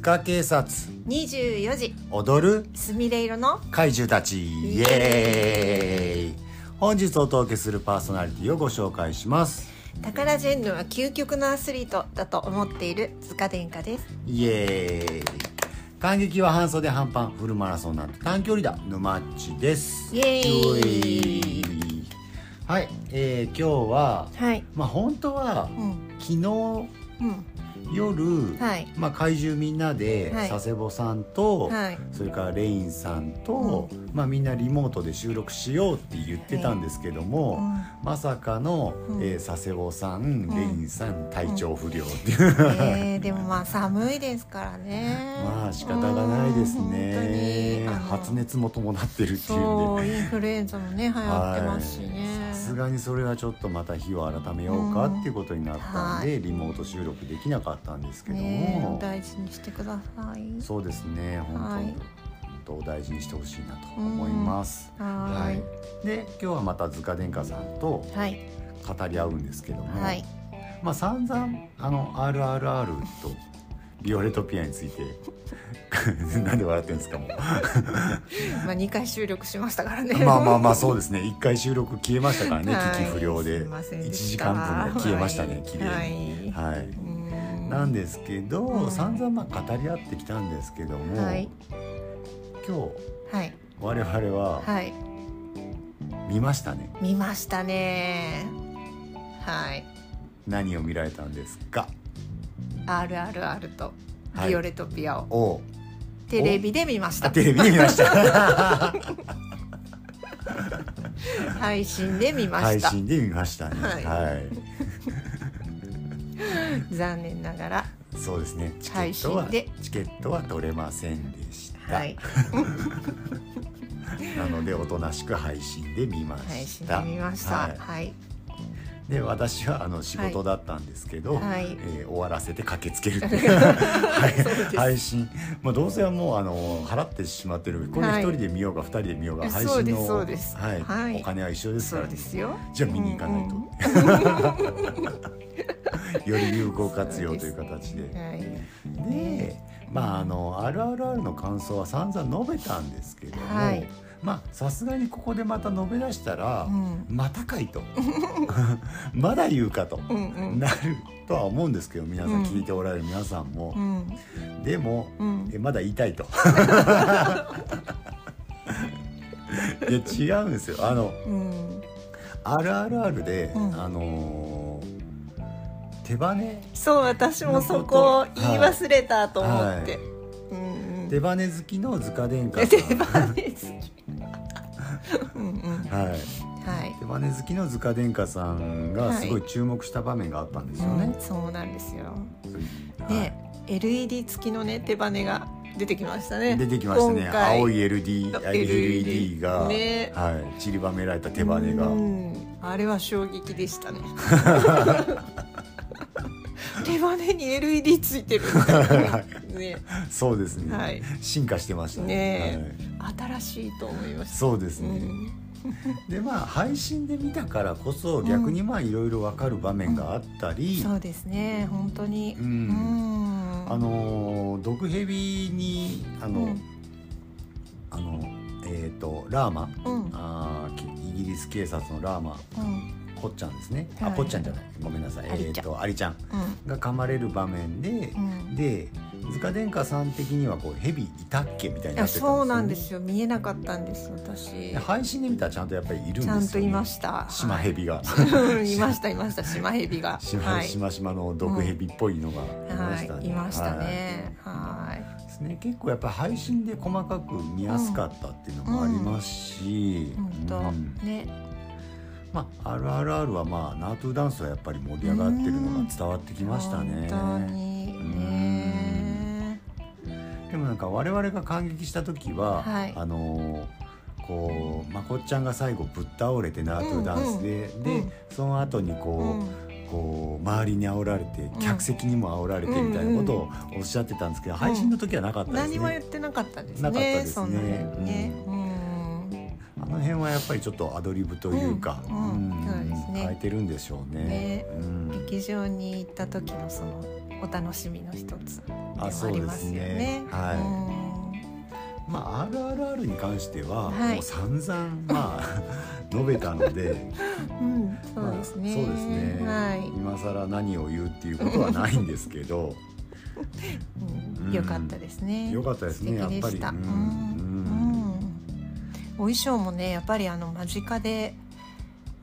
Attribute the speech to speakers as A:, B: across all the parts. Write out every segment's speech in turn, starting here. A: 塚警察
B: 24時
A: 踊る
B: すみれ色の
A: 怪獣たちイエーイ本日お届けするパーソナリティをご紹介します
B: タカラジェンヌは究極のアスリートだと思っている塚殿下です
A: イエーイ感激は半袖半パンフルマラソンなんて短距離だ沼っちです
B: イエーイ
A: ういはい、えー、今日は
B: はい
A: まあ本当は
B: うん
A: 昨日
B: うん
A: 夜、
B: はい
A: まあ、怪獣みんなで
B: はい
A: 佐世保さんと、
B: はい
A: それからレインさんと、まあ、みんなリモートで収録しようって言ってたんですけども、まさかの、
B: うん
A: えー佐世保さん、
B: ん
A: レインさん体調不良っていう、
B: えー、で もまあ寒いですからね
A: まあ仕方がないですね
B: うん本当にあの
A: 発熱も伴ってるっていうね
B: そうインフルエンザ もね流行ってますしね
A: さすがにそれはちょっとまた日を改めようかっていうことになったんで、
B: う
A: リモート収録できなかったんですけども、
B: ねお大事にしてください
A: そうですね本当に、
B: はい
A: 本当お大事にしてほしいなと思います。
B: は
A: は
B: ーい
A: い、で今日はまた塚殿下さんと
B: はい
A: 語り合うんですけども、
B: はい
A: まあ散々あの RRR とビオレトピアについて なんで笑ってんですかも う
B: まあ2回収録しましたからね
A: まあまあまあそうですね一回収録消えましたからね、
B: はい
A: 危機不良です
B: いません
A: 1
B: でし
A: 時
B: た
A: 間分が消えましたね、
B: はい
A: 綺麗にはい、
B: うん
A: なんですけど、
B: うん
A: 散々まあ語り合ってきたんですけども、
B: はい
A: 今日
B: はい
A: 我々は
B: はい
A: 見ましたね、
B: 見ましたねはい
A: 何を見られたんですか
B: RRR と
A: はい
B: ビオレトピアを
A: お
B: テレビで見ました
A: あテレビで見ました
B: 配信で見ま
A: 配
B: した
A: 信で見ましたね
B: はい
A: はい、
B: 残念ながら
A: そうですねチケットは
B: 配信で
A: チケットは取れませんでした、
B: はい
A: なのでおとなしく配信で見ました
B: 配信で見ました
A: は
B: はい
A: い、で私はあの仕事だったんですけど、
B: はい
A: えー終わらせて駆けつけるっていう はい
B: そうです
A: 配信、まあ、どうせはもうあの払ってしまってるこれ
B: は
A: 一
B: い
A: 人で見ようが二人で見ようが配
B: そう
A: 信
B: で
A: の
B: すそうです
A: はい
B: はい
A: お金は一緒ですか
B: そ
A: ら
B: う
A: ね、
B: ですよ
A: じゃあ見に行かないと、
B: うん
A: より有効活用という形で。
B: はい
A: でまああの「RRR」の感想は散々述べたんですけども、
B: はい
A: まあさすがにここでまた述べ出したら
B: う、ん
A: またかいと まだ言うかと、
B: うんうん
A: なるとは思うんですけど皆さ
B: うんん
A: 聞いておられる皆さんも
B: う、ん
A: でも
B: うん
A: えまだ言いたい と。いや違うんですよあの
B: うん
A: 「RRR で」
B: うん
A: あのー手羽根
B: そう私もそこ
A: のこと
B: 言い忘れたと思って、
A: は
B: うんうん
A: 手羽根好きの塚殿下
B: え
A: さ
B: 手
A: ん、
B: 羽根好きうんうん
A: はい、
B: はい
A: 手羽根好きの塚殿下さんがすごい注目した場面があったんですよね。
B: うんそうなんですよ
A: はい
B: で、LED 付きのね手羽根が出てきましたね
A: 出てきましたね
B: 今回
A: 青い LD LED が、
B: ね
A: はい、散りばめられた手羽根が、
B: うんあれは衝撃でし たね手羽根に LED ついてるみたいなね
A: そうですね、
B: はい
A: 進化してましたね
B: ね
A: はい、
B: 新しいと思いました
A: そうですね、
B: うん
A: でまあ配信で見たからこそ逆にまあいろいろ分かる場面があったり、
B: そうですね本当に
A: うん
B: うん
A: あのー毒蛇にあの、
B: うん
A: あのえっ、とラーマ
B: うん
A: あーきイギリス警察のラーマ
B: うん
A: こっちゃんですね、
B: はい
A: あこっちゃんじゃないごめんなさい
B: アリちゃん
A: えー、とアリちゃん
B: うん
A: が噛まれる場面で、
B: うん
A: で塚殿下さん的にはこうヘビいたっけみたいに
B: い
A: な
B: や
A: ってたんですよね
B: そうなんですよ見えなかったんです私
A: で配信で見たらちゃんとやっぱりいるんです
B: ち
A: よ、
B: ゃ
A: ね、
B: んといました
A: 島ヘビ が
B: はいいましたいました島ヘ ビが
A: しま
B: はい
A: しましまの毒蛇っぽいのがいましたね、
B: はいいましたねはい
A: はいですね結構やっぱり配信で細かく見やすかったっていうのもありますし、うん
B: 本当ね
A: まあ「RRR」はまあナートゥダンスはやっぱり盛り上がってるのが伝わってきましたね
B: 本当にね
A: でもなんか我々が感激した時は、
B: はい
A: あのーこうまこっちゃんが最後ぶっ倒れてナートゥダンスで、
B: うん
A: で、
B: うん
A: その後に
B: う
A: こう、
B: ん
A: こう周りに煽られて
B: ん
A: 客席にも煽られてみたいなことをおっしゃってたんですけど、配信の時はなかったです
B: 何も言っ
A: ね、
B: てなかったです
A: なかったで
B: ね
A: すね
B: その辺ねうん
A: あの辺はやっぱりちょっとアドリブというか、
B: うんうんそうですね
A: 変えてるんでしょうね
B: ね
A: うん
B: 劇場に行った時のそのお楽しみの一つでも
A: あ
B: あ
A: そう
B: り
A: で
B: ますすよ
A: ね
B: ね。
A: はい
B: うん
A: まあ、RRR に関しては、
B: はい
A: もう散々、まあ、 述べたので
B: うん、 そうですね。
A: まあそうですね
B: はい、
A: 今更何を言うっていうことはないんですけ ど
B: うん、よかったですね。
A: よかったですねや
B: 素
A: っ
B: 敵
A: ぱ
B: で
A: り。
B: した。
A: うん
B: うんお衣装もね、やっぱりあの間近で。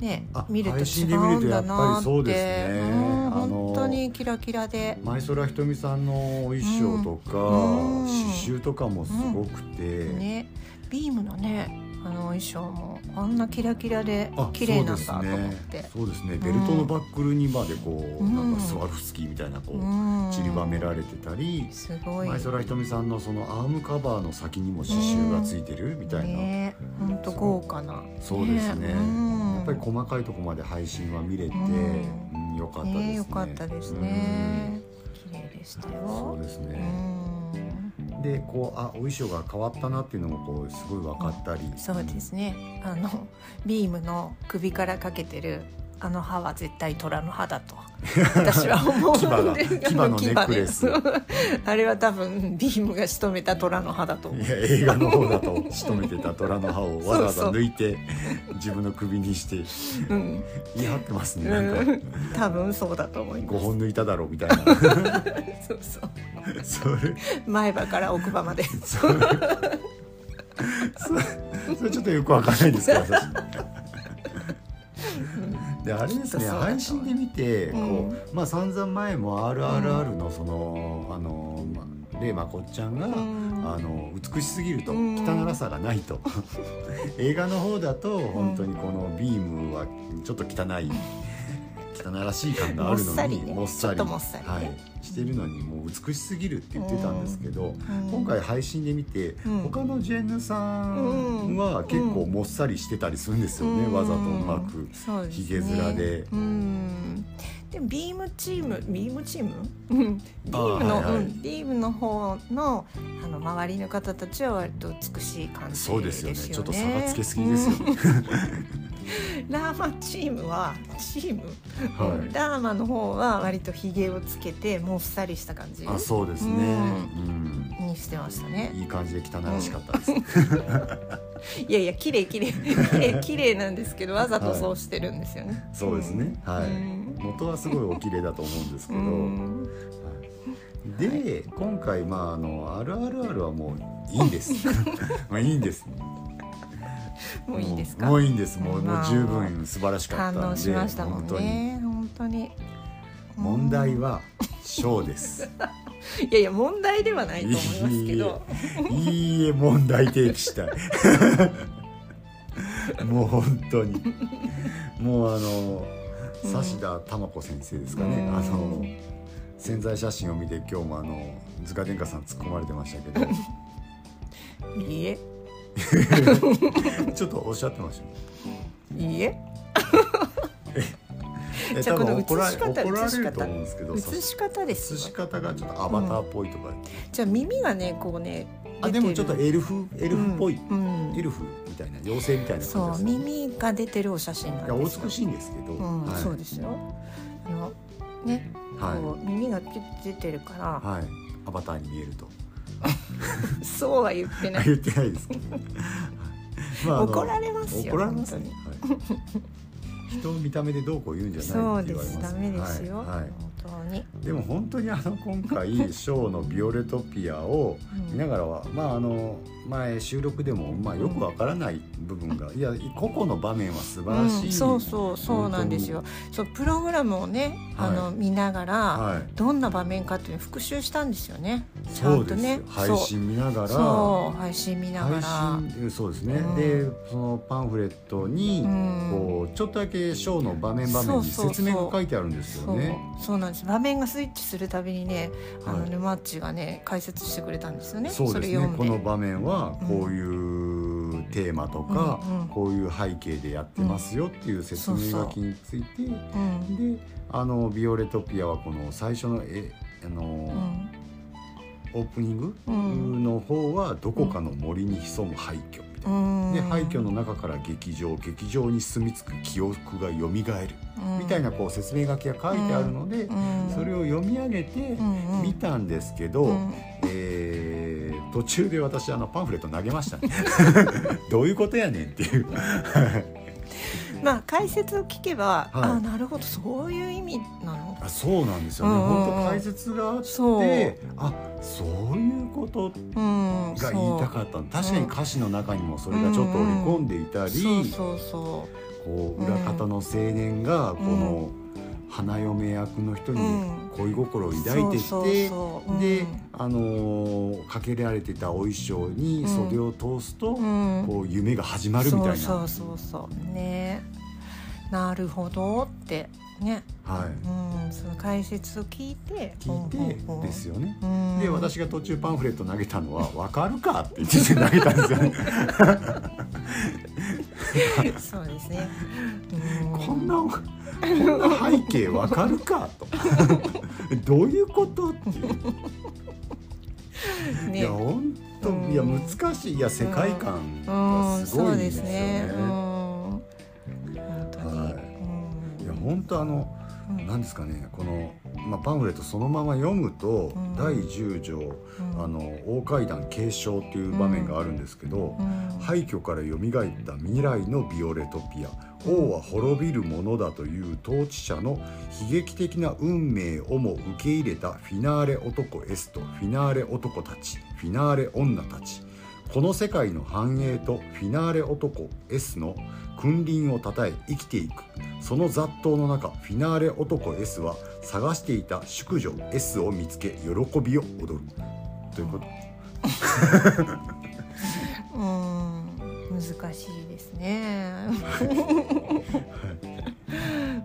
B: ね
A: あ、
B: 見ると
A: 配信
B: 違
A: で見ると
B: うん
A: や
B: だ
A: っぱ
B: なーっ
A: り
B: て。
A: そうですね
B: うん
A: あの
B: 本当にキラキラで。
A: 前空ひとみさんのお衣装とか、
B: うん
A: 刺繍とかもすごくて、
B: ね、ビームのね、あの衣装も、あんなキラキラで
A: あ、
B: 綺麗なんだと思って。
A: そうですねそうですねベルトのバックルにまでこう、
B: うん
A: なんかスワルフスキーみたいなこう、
B: うん
A: 散りばめられてたり、
B: すごい。
A: 前空ひとみさんのそのアームカバーの先にも刺繍がついてるみたいな、
B: ね、本当豪華な。
A: そうですね
B: うん
A: やっぱり細かいとこまで配信は見れて、う
B: うんん
A: 良かったですね
B: ね、良かったですね。綺麗でした
A: うんそう
B: よ。
A: です
B: う
A: ね、
B: ん、
A: でこうあお衣装が変わったなっていうのもこうすごい分かったり、
B: そうですね。あのビームの首からかけてるあの歯は絶対虎の歯だと私は思
A: 牙が
B: うんです
A: 牙のネックレス
B: 牙ね あれは多分ビームが仕留めた虎の歯だと思う
A: い。や映画の方だと仕留めてた虎の歯をわざわざ抜い て自分の首にして
B: うん、
A: 言い張ってますね
B: う
A: なんか
B: ん、多分そうだと思いま
A: 5
B: す。
A: 本抜いただろうみ たい
B: そうそう。
A: なそれ
B: 前歯から奥歯まで。
A: それ それちょっとよくわかんないんですけど私。であれです
B: きっとそう
A: ね
B: だと思う
A: 配信で見てこう、
B: うん
A: まあ散々前も「RRR」のその、あのまあレイマコっちゃんが、
B: うん
A: あの美しすぎると
B: うん
A: 汚らさがない と映画の方だと本当にこのビームはちょっと汚い汚らしい感があるのに
B: もっさりねちょっともっさりね
A: はい、してるのにもう美しすぎるって言ってたんですけど、
B: ん
A: 今回配信で見て、
B: うん
A: 他のジェンヌさんは結構もっさりしてたりするんですよね、
B: うん
A: わざとうまく。
B: そうですね
A: ひげ面で
B: うんでもビームチームビームチームうんビ
A: あ
B: ームの、
A: はいはい
B: うんビームの方のあの周りの方たちは割と美しい感じです
A: そ
B: よ
A: う
B: ね
A: ですよねちょっと差がつけすぎですよね、
B: うんラーマチームはチーム、
A: はい
B: ラーマの方は割とひげをつけてもっさりした感じ
A: あそうですね、う
B: うんにしてましたね
A: いい感じで汚らしかったです、
B: いやいや綺麗綺麗 綺麗綺麗なんですけどわざとそうしてるんですよね、
A: そうですね、はい、
B: うん
A: 元はすごいお綺麗だと思うんですけ
B: う
A: ど、
B: ん
A: はいで、今回まああの「あるあるある」はもういいんです まあいいんです
B: もういいですか
A: もういいんですもう,、も
B: まあ
A: う十分素晴らしかったん
B: 感
A: で
B: 動しましたもん
A: 本当に
B: ね本当に
A: 問題はショーです。
B: いやいや問題ではないと思いますけど
A: いいえ問題提起 したい。もう本当に。もうあの指田珠子先生ですかね。
B: うん
A: あの潜在写真を見て今日もあの塚殿下さん突っ込まれてましたけど、
B: いいえ
A: ちょっとおっしゃってましたね。
B: いいえ
A: え
B: じゃ
A: 多
B: あこ
A: 分
B: の
A: 怒られ怒ら
B: 映
A: れ
B: し
A: ると
B: 方
A: 思うんですけど。
B: 写し方で
A: 写し
B: すよ
A: 方がちょっとアバターっぽいとか、
B: じゃあ耳がねこうね
A: あでもちょっとエルフエルフっぽい、
B: うんうん
A: エルフみたいな妖精みたいな
B: そ
A: 感
B: う
A: じですね
B: 耳が出てるお写真なん
A: い
B: で
A: や
B: す
A: 美しいんですけど、
B: うん
A: はい
B: そうですよあのねこ
A: は
B: う耳がピュッて出てるから
A: い、はい、アバターに見え ると
B: そうは言ってない
A: 言ってないですけど、まあの
B: 怒られますよ
A: 怒られますね
B: 本、
A: はい、人を見た目でどうこう言うんじゃ
B: そ
A: ないうって
B: で
A: 言われ
B: す
A: ま
B: ダ
A: す
B: メですよ
A: はいは
B: 本
A: い
B: 当に
A: でも本当にあの今回ショーの「ビオレトピア」を
B: うん
A: 見ながらは、まああの前収録でも、まあ、よくわからない部分が、いや個々の場面は素晴らしい、
B: うん、そうそうそうなんですよそうプログラムをね、
A: はい
B: あの見ながら、
A: はい
B: どんな場面かっていうのを復習したんですよねちゃ
A: そ
B: ん
A: う
B: と
A: です
B: ね
A: よ配信見なが
B: そう
A: ら
B: そう配信見なが
A: 配
B: ら
A: 信そうですね、
B: うん
A: でそのパンフレットに、
B: うん
A: こうちょっとだけショーの場面場面に
B: そうそうそう
A: 説明が書いてあるんですよ
B: そう
A: ね。
B: そうなんです場面がスイッチするたびにねあ
A: は
B: の
A: い
B: 沼っちがね解説してくれたんですよね
A: そうです
B: れ
A: ね
B: 読ん
A: こ
B: で
A: の場面は
B: うん
A: こういうテーマとか、
B: うんうん
A: こういう背景でやってますよっていう説明書きについて、
B: うん
A: であの「ビオレトピア」はこの最初のえあの、
B: うん
A: オープニング
B: うん
A: の方はどこかの森に潜む廃墟みたいな、で廃墟の中から劇場劇場に住み着く記憶が蘇るみたいなこう説明書きが書いてあるので、それ
B: を
A: を読み上げて見たんですけど、えー途中で私あのパンフレット投げま したねどういうことやねんっていう
B: まあ解説を聞けば、
A: はい
B: あなるほどそういう意味なの
A: あそうなんですよね、
B: うんうんうん
A: 本当解説があっ
B: そう
A: てあそういうこと
B: うん
A: が言いたかったの確かに歌詞の中にもそれがちょっと織り込んでいたり、
B: そうそうそ
A: こう裏方の青年がこの花嫁役の人に
B: うん
A: 恋心を
B: う
A: 抱いてき
B: そうそう
A: て。
B: そううん
A: で、あのーかけられてたお衣装に袖を通すと、
B: うん、
A: こう夢が始まるみたいな、
B: そうそうそうそうねなるほどってね、
A: はい、
B: うん、その解説を聞いて
A: 聞い
B: うんうんうん
A: てですよね。
B: うん
A: で私が途中パンフレット投げたのは「わかるか?」って言って投げたんですよね。
B: そうですね、う
A: こんなこんな背景わかるかと どういうことっていう、い
B: ね
A: や本当
B: うん
A: いや難しいいや世界観
B: うん
A: がす
B: そ
A: ごい
B: うんで
A: です
B: す
A: よ
B: ね
A: ね。
B: うん
A: は
B: 本当に、
A: いや
B: うん
A: 本当あの
B: うん
A: なんですかねこの、まあ、パンフレットそのまま読むと、
B: うん
A: 第10条
B: うん
A: あの大階段継承っていう場面があるんですけど、
B: うん
A: 廃墟から蘇った未来のビオレトピア王は滅びるものだという統治者の悲劇的な運命をも受け入れたフィナーレ男エスとフィナーレ男たちフィナーレ女たちこの世界の繁栄とフィナーレ男 S の君臨をたたえ生きていくその雑踏の中フィナーレ男 S は探していた淑女 S を見つけ喜びを踊るということ
B: うん難しいですね。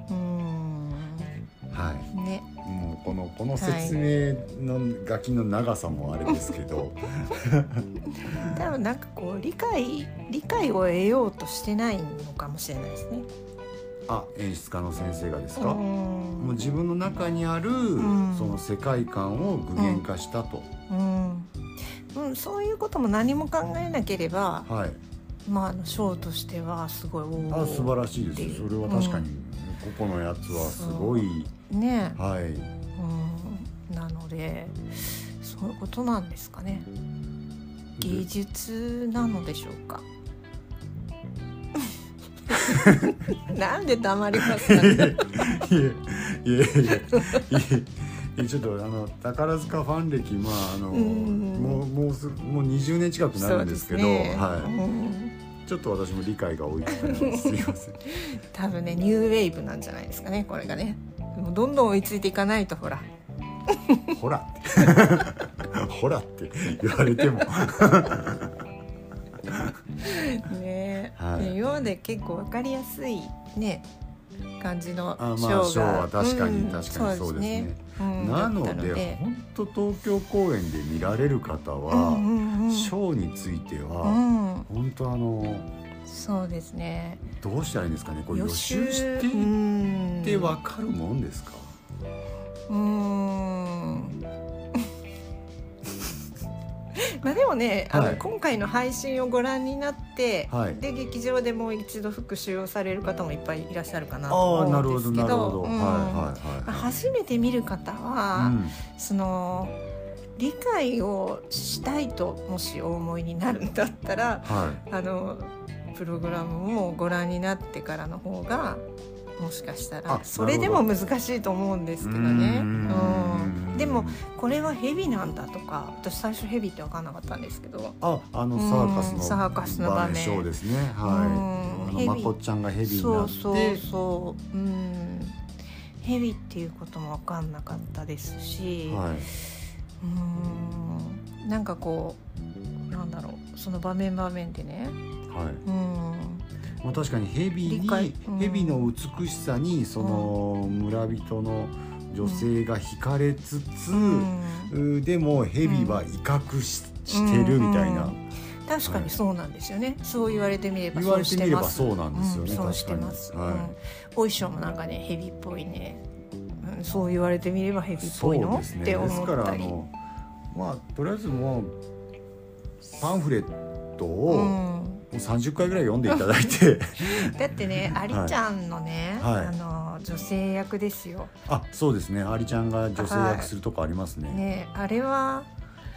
B: うん
A: はい
B: ね
A: もうこのこの説明のガキの長さもあれですけど、
B: 多分なんかこう理解理解を得ようとしてないのかもしれないですね。
A: あ演出家の先生がです
B: う
A: か、も
B: ん
A: う自分の中にある、
B: ん
A: その世界観を具現化したと、
B: うんうん、そういうことも何も考えなければ、
A: はい
B: まあ、あのショーとしてはすごい
A: あ素晴らしいです
B: ってい
A: よ
B: う
A: それは確かに、ここのやつはすごい
B: いね、
A: はい
B: うん、なのでそういうことなんですかね芸術なのでしょう かなんで黙りますか
A: いえいえいえいえいえちょっとあの宝塚ファン歴まああの
B: うん
A: もうもうすもう20年近くなるんですけど
B: そうですね
A: は
B: うん
A: い、ちょっと私も理解が追いつかないですすいません。
B: 多分ねニューウェーブなんじゃないですかねこれがねもうどんどん追いついていかないとほら
A: ほら ってほらって言われても
B: ね、
A: はい
B: で今まで結構わかりやすいね感じの
A: あまあ
B: ショー
A: ショー
B: が
A: は確かに
B: うん
A: 確かにそうですね
B: そうですねうん
A: なの
B: だった
A: で本当東京公演で見られる方
B: うん
A: は
B: うんうん
A: ショーについては
B: うん、
A: 本当あの
B: そうですね
A: どうしたらいいんですかねこれ予習して
B: う
A: い
B: ん
A: ってわかるもんですか
B: うーん まあでもね、あ
A: は
B: の
A: い
B: 今回の配信をご覧になって、
A: はい
B: で劇場でもう一度復習をされる方もいっぱいいらっしゃるかなと
A: ああなる
B: 思う
A: ほ
B: ん
A: ど
B: です
A: な
B: け
A: るほ
B: ど
A: どはい
B: う
A: は
B: ん
A: い
B: まあ
A: はいはい
B: 初めて見る方は、
A: うん
B: その理解をしたいともしお思いになるんだったら
A: はい
B: あのプログラムをご覧になってからの方がもしかしたら
A: あ
B: それでも難しいと思うんですけどね。
A: うーん
B: うんでもこれはヘビなんだとか私最初ヘビって分かんなかったんですけど、
A: ああの
B: うん
A: サーカスの
B: サーカスの場面
A: ショーですね
B: うん
A: はいあのま
B: 蛇
A: こっちゃんがヘビに
B: そ
A: なっ
B: う
A: て
B: そうそううんヘビっていうことも分かんなかったですし、
A: はい
B: うんなんかこうなんだろうその場面場面でね
A: はい
B: うん
A: まあ、確かにヘビ
B: 理
A: に、
B: 解うん
A: ヘビの美しさにその村人の女性が惹かれつつ、
B: うん
A: うでもヘビは威嚇し,、してるみたいな、
B: うん確かにそうなんですよね、そう言われてみれば
A: 言わ
B: そ
A: れ
B: う
A: て
B: し
A: み
B: て
A: れ
B: ま
A: ば
B: す
A: そうなんですよね、
B: うん、そう
A: 確
B: し
A: か
B: て
A: に
B: ます、うん
A: は
B: お衣装もなんかねヘビっぽいね、うん、そう言われてみればヘ
A: い、
B: ビっ
A: そ
B: ぽ
A: う
B: いの、
A: ですね
B: って
A: です
B: 思
A: から
B: っ
A: あ
B: たり
A: のまあとりあえずもうパンフレットを、
B: う
A: も
B: ん、
A: う30回ぐらい読んでいただいて
B: だってねアリちゃんのね、
A: はい
B: あの女性役ですよ、
A: あそうですねアリちゃんが女性役するとこありますね,、
B: ねあれは、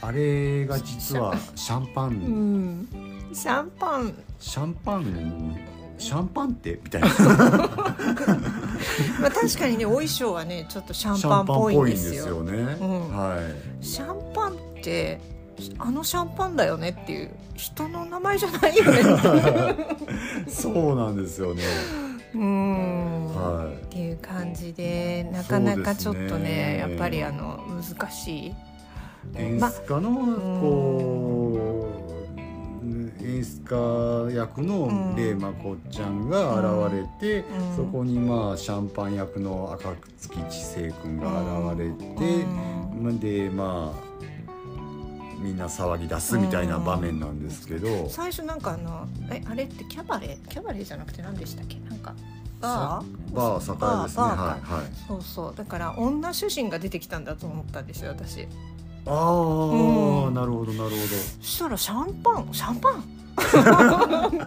A: あれが実はシャンパン、
B: うん、シャンパン
A: シャンパンシャンパンってみたいな
B: まあ、確かにねお衣装はねちょっとシャン
A: シ
B: パ
A: ャ
B: ン
A: ン
B: っ
A: パンっ
B: ぽいん
A: ぽいん
B: で
A: です
B: よ
A: すよね、
B: ん
A: はい
B: シャンパンってあのシャンパンだよねっていう人の名前じゃないよ ねっていう
A: そうなんですよね。
B: うーん、
A: は
B: っていう感じでなかなかちょ
A: そ
B: っと
A: うです
B: ね
A: ね
B: やっぱりあの難しい
A: い。演出家の
B: ん
A: こう、演出家役のレイマコちゃんが現れて、
B: うん
A: そこにまあシャンパン役の赤月知世君が現れて、
B: うん
A: ん、でまあ。みんな騒ぎ出すみたいな場面なんですけど、
B: 最初なんかあのえあれってキャバレーキャバレーじゃなくて何でしたっけなんかバー
A: バー栄ですね。
B: バーバー
A: はいはい。
B: そうそうだから女主人が出てきたんだと思ったんですよ私
A: ああ、
B: うん
A: なるほどなるほど。
B: そしたらシャンパンシャン パ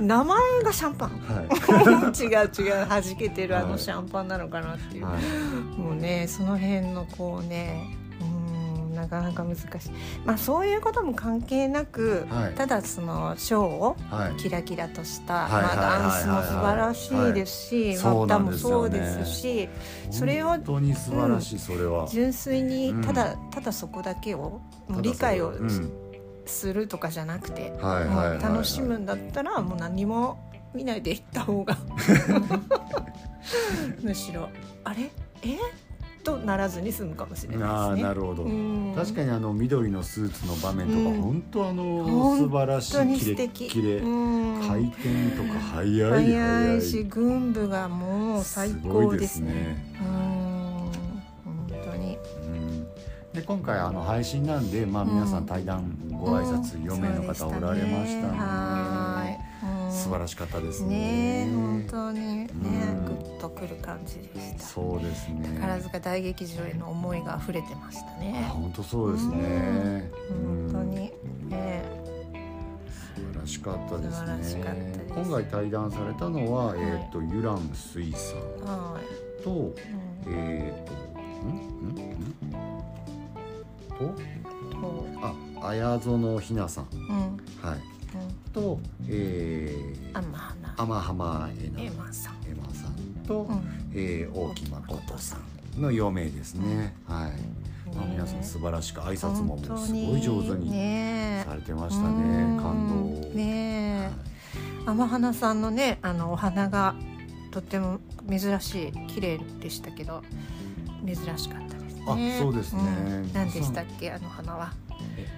B: ン名前がシャンパン
A: はい
B: 違う違う弾けてるあのシャンパンなのかなっていう、
A: はい。
B: もうねその辺のこうねうーんなかなか難しいまあそういうことも関係なく、
A: はい
B: ただそのショーを
A: はい。
B: キラキラとした、
A: はいはいはいはい
B: まあ、ダンスも素晴らしいですし、
A: はいそう
B: 歌
A: なん
B: も
A: です
B: そ
A: よ
B: う
A: ね
B: ですしそれを
A: 本当に素晴らしい、それは。
B: 純粋にただ、ただそこだけをもう理解を
A: うん
B: するとかじゃなくて、
A: はいはいはいはい
B: もう楽しむんだったらもう何も見ないで行った 方がむしろあれえとならずに済むかもしれ
A: あ
B: な
A: あ
B: いです
A: な
B: ね。
A: るほど、
B: うん
A: 確かにあの緑のスーツの場面とか、
B: うん
A: 本当あの
B: 本
A: 素晴らし
B: 本当
A: い
B: に
A: キ
B: 素
A: レッ
B: 敵
A: キレ、
B: うん
A: 回転とか早い早い
B: 早いし軍部がもう最高ですね。
A: ね、
B: うん本当に
A: うん、で今回あの配信なんで、まあ、皆さ
B: うん
A: ん対談ご挨拶4名の方おられましたね
B: うんそうでしたねはい
A: 素晴
B: し
A: らしかったです
B: ね
A: ね
B: え本当にね
A: うん
B: グッとくる感じでした。
A: そうですね
B: 宝塚大劇場への思いが溢れてました
A: あ
B: ね。
A: 本当そうですね、
B: 本当
A: うん
B: に、え
A: 素晴らしかったですね
B: 素晴らしかったです
A: 今回対談されたのは、
B: はい
A: えっ、とユラン水産
B: えは
A: と
B: い、うん
A: えっ、とんんんと
B: こ
A: あ綾園ひなさん
B: う、うん、うん、
A: はいとえー、
B: あんま花、
A: 天浜えな
B: エマさん、
A: エマさんと、
B: うん、
A: えー大木誠さんの4名ですね、はい、まあ、皆さん素晴らしく挨拶ももうすごい上手に
B: ね
A: さ
B: え
A: れてましたね
B: うん
A: 感動を、
B: ねえ、
A: はい
B: 天花さんのねあのお花がとっても珍しい綺麗でしたけど珍しかったですね。
A: あそうですね
B: ん何でしたっけあの花は
A: え。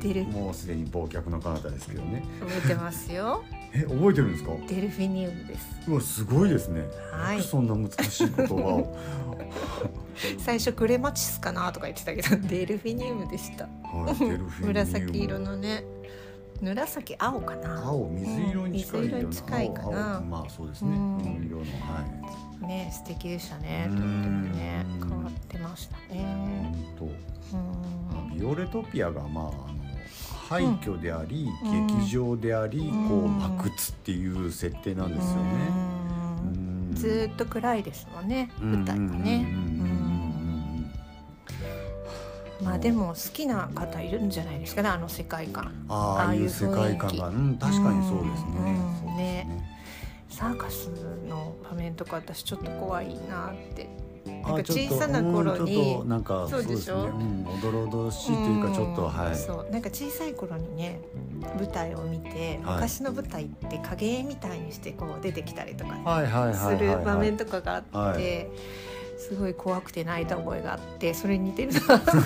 B: デル
A: もうすでに忘却の彼方ですけどね。
B: 覚えてます よ。
A: え、覚えてるんですか。
B: デルフィニウムです。
A: うわ、すごいですね。
B: はい
A: よくそんな難しい言葉を。
B: 最初グレマチスかなとか言ってたけどデルフィニウムでした。
A: はい、デルフィニウム
B: 紫色。のね紫青かな。
A: 青、水色に近いような。
B: うん水色に近いかな
A: 青青まあ、そうですね。
B: うん
A: うん、色の、はい。
B: ね素敵でしたね。
A: う
B: と
A: ん
B: ってもね変わってましたね。
A: うんと、
B: うん
A: ビオレトピアが、まあ、あの。廃墟であり、
B: うん
A: 劇場であり、
B: うん
A: こう、幕つっていう設定なんですよね。
B: う
A: うんん
B: ずーっと暗いですもんね、舞台が
A: う
B: ね。
A: んうんうんうんうん
B: まあでも好きな方いるんじゃないですかね、あの世界観。
A: あ
B: あ
A: あ
B: あ
A: あ
B: い
A: いうう世界観が、
B: 雰
A: うん、確かにそうですね。
B: うん
A: そうです
B: サーカスの場面とか私ちょっと怖いなって。
A: ね
B: なんか
A: あちょっと
B: 小さな頃
A: うん
B: に
A: ちょっとなんかそ
B: そ
A: うう
B: で
A: で
B: し
A: す
B: ょ
A: ね。うん、おどろおどろしいというかちょっと
B: うん
A: はい。
B: そうなんか小さい頃にね舞台を見て、
A: はい
B: 昔の舞台って影絵みたいにしてこう出てきたりとか
A: はいはいはいはい、はい、
B: する場面とかがあっ
A: は
B: て、すごい怖くて泣いた覚えがあってそれに 似てるなちょっと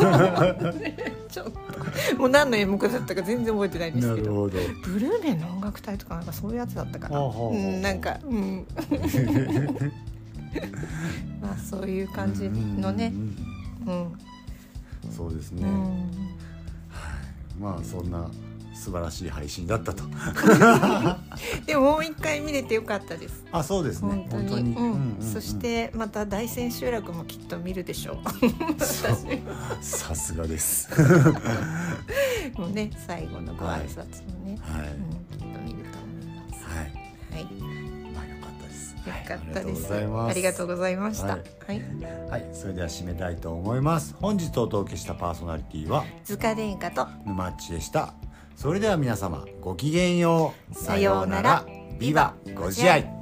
B: もう何の演目だったか全然覚えてないんです
A: な
B: け
A: る
B: ど
A: ほど。
B: ブルーメンの音楽隊とかなんかそういうやつだったかな、
A: はあはあはあ
B: うん、なんか、うん、まあそういう 感じのね
A: うんうんうん
B: うん、
A: うんそうです
B: う
A: ね。
B: ん
A: まあそんな素晴らしい配信だったと
B: でももう一回見れてよかったです
A: あそうですね
B: 本当にうん
A: うんうん
B: そしてまた大千秋楽もきっと見るでしょ う
A: そう
B: 私
A: さすが です。
B: もね最後のご挨拶もね、
A: はい、は
B: うん、きっと見ると思いますはい
A: い、まあ良かったです。
B: よか
A: はい
B: っ
A: あ
B: た
A: りがとう
B: で
A: ご
B: す、
A: ざいます。
B: ありがとうございました
A: は
B: はいい、
A: はい、それでは締めたいと思います。本日お届けしたパーソナリティは
B: 塚殿下と
A: 沼っちでした。それでは皆様ごきげんよう。
B: さようなら
A: ビバご自愛。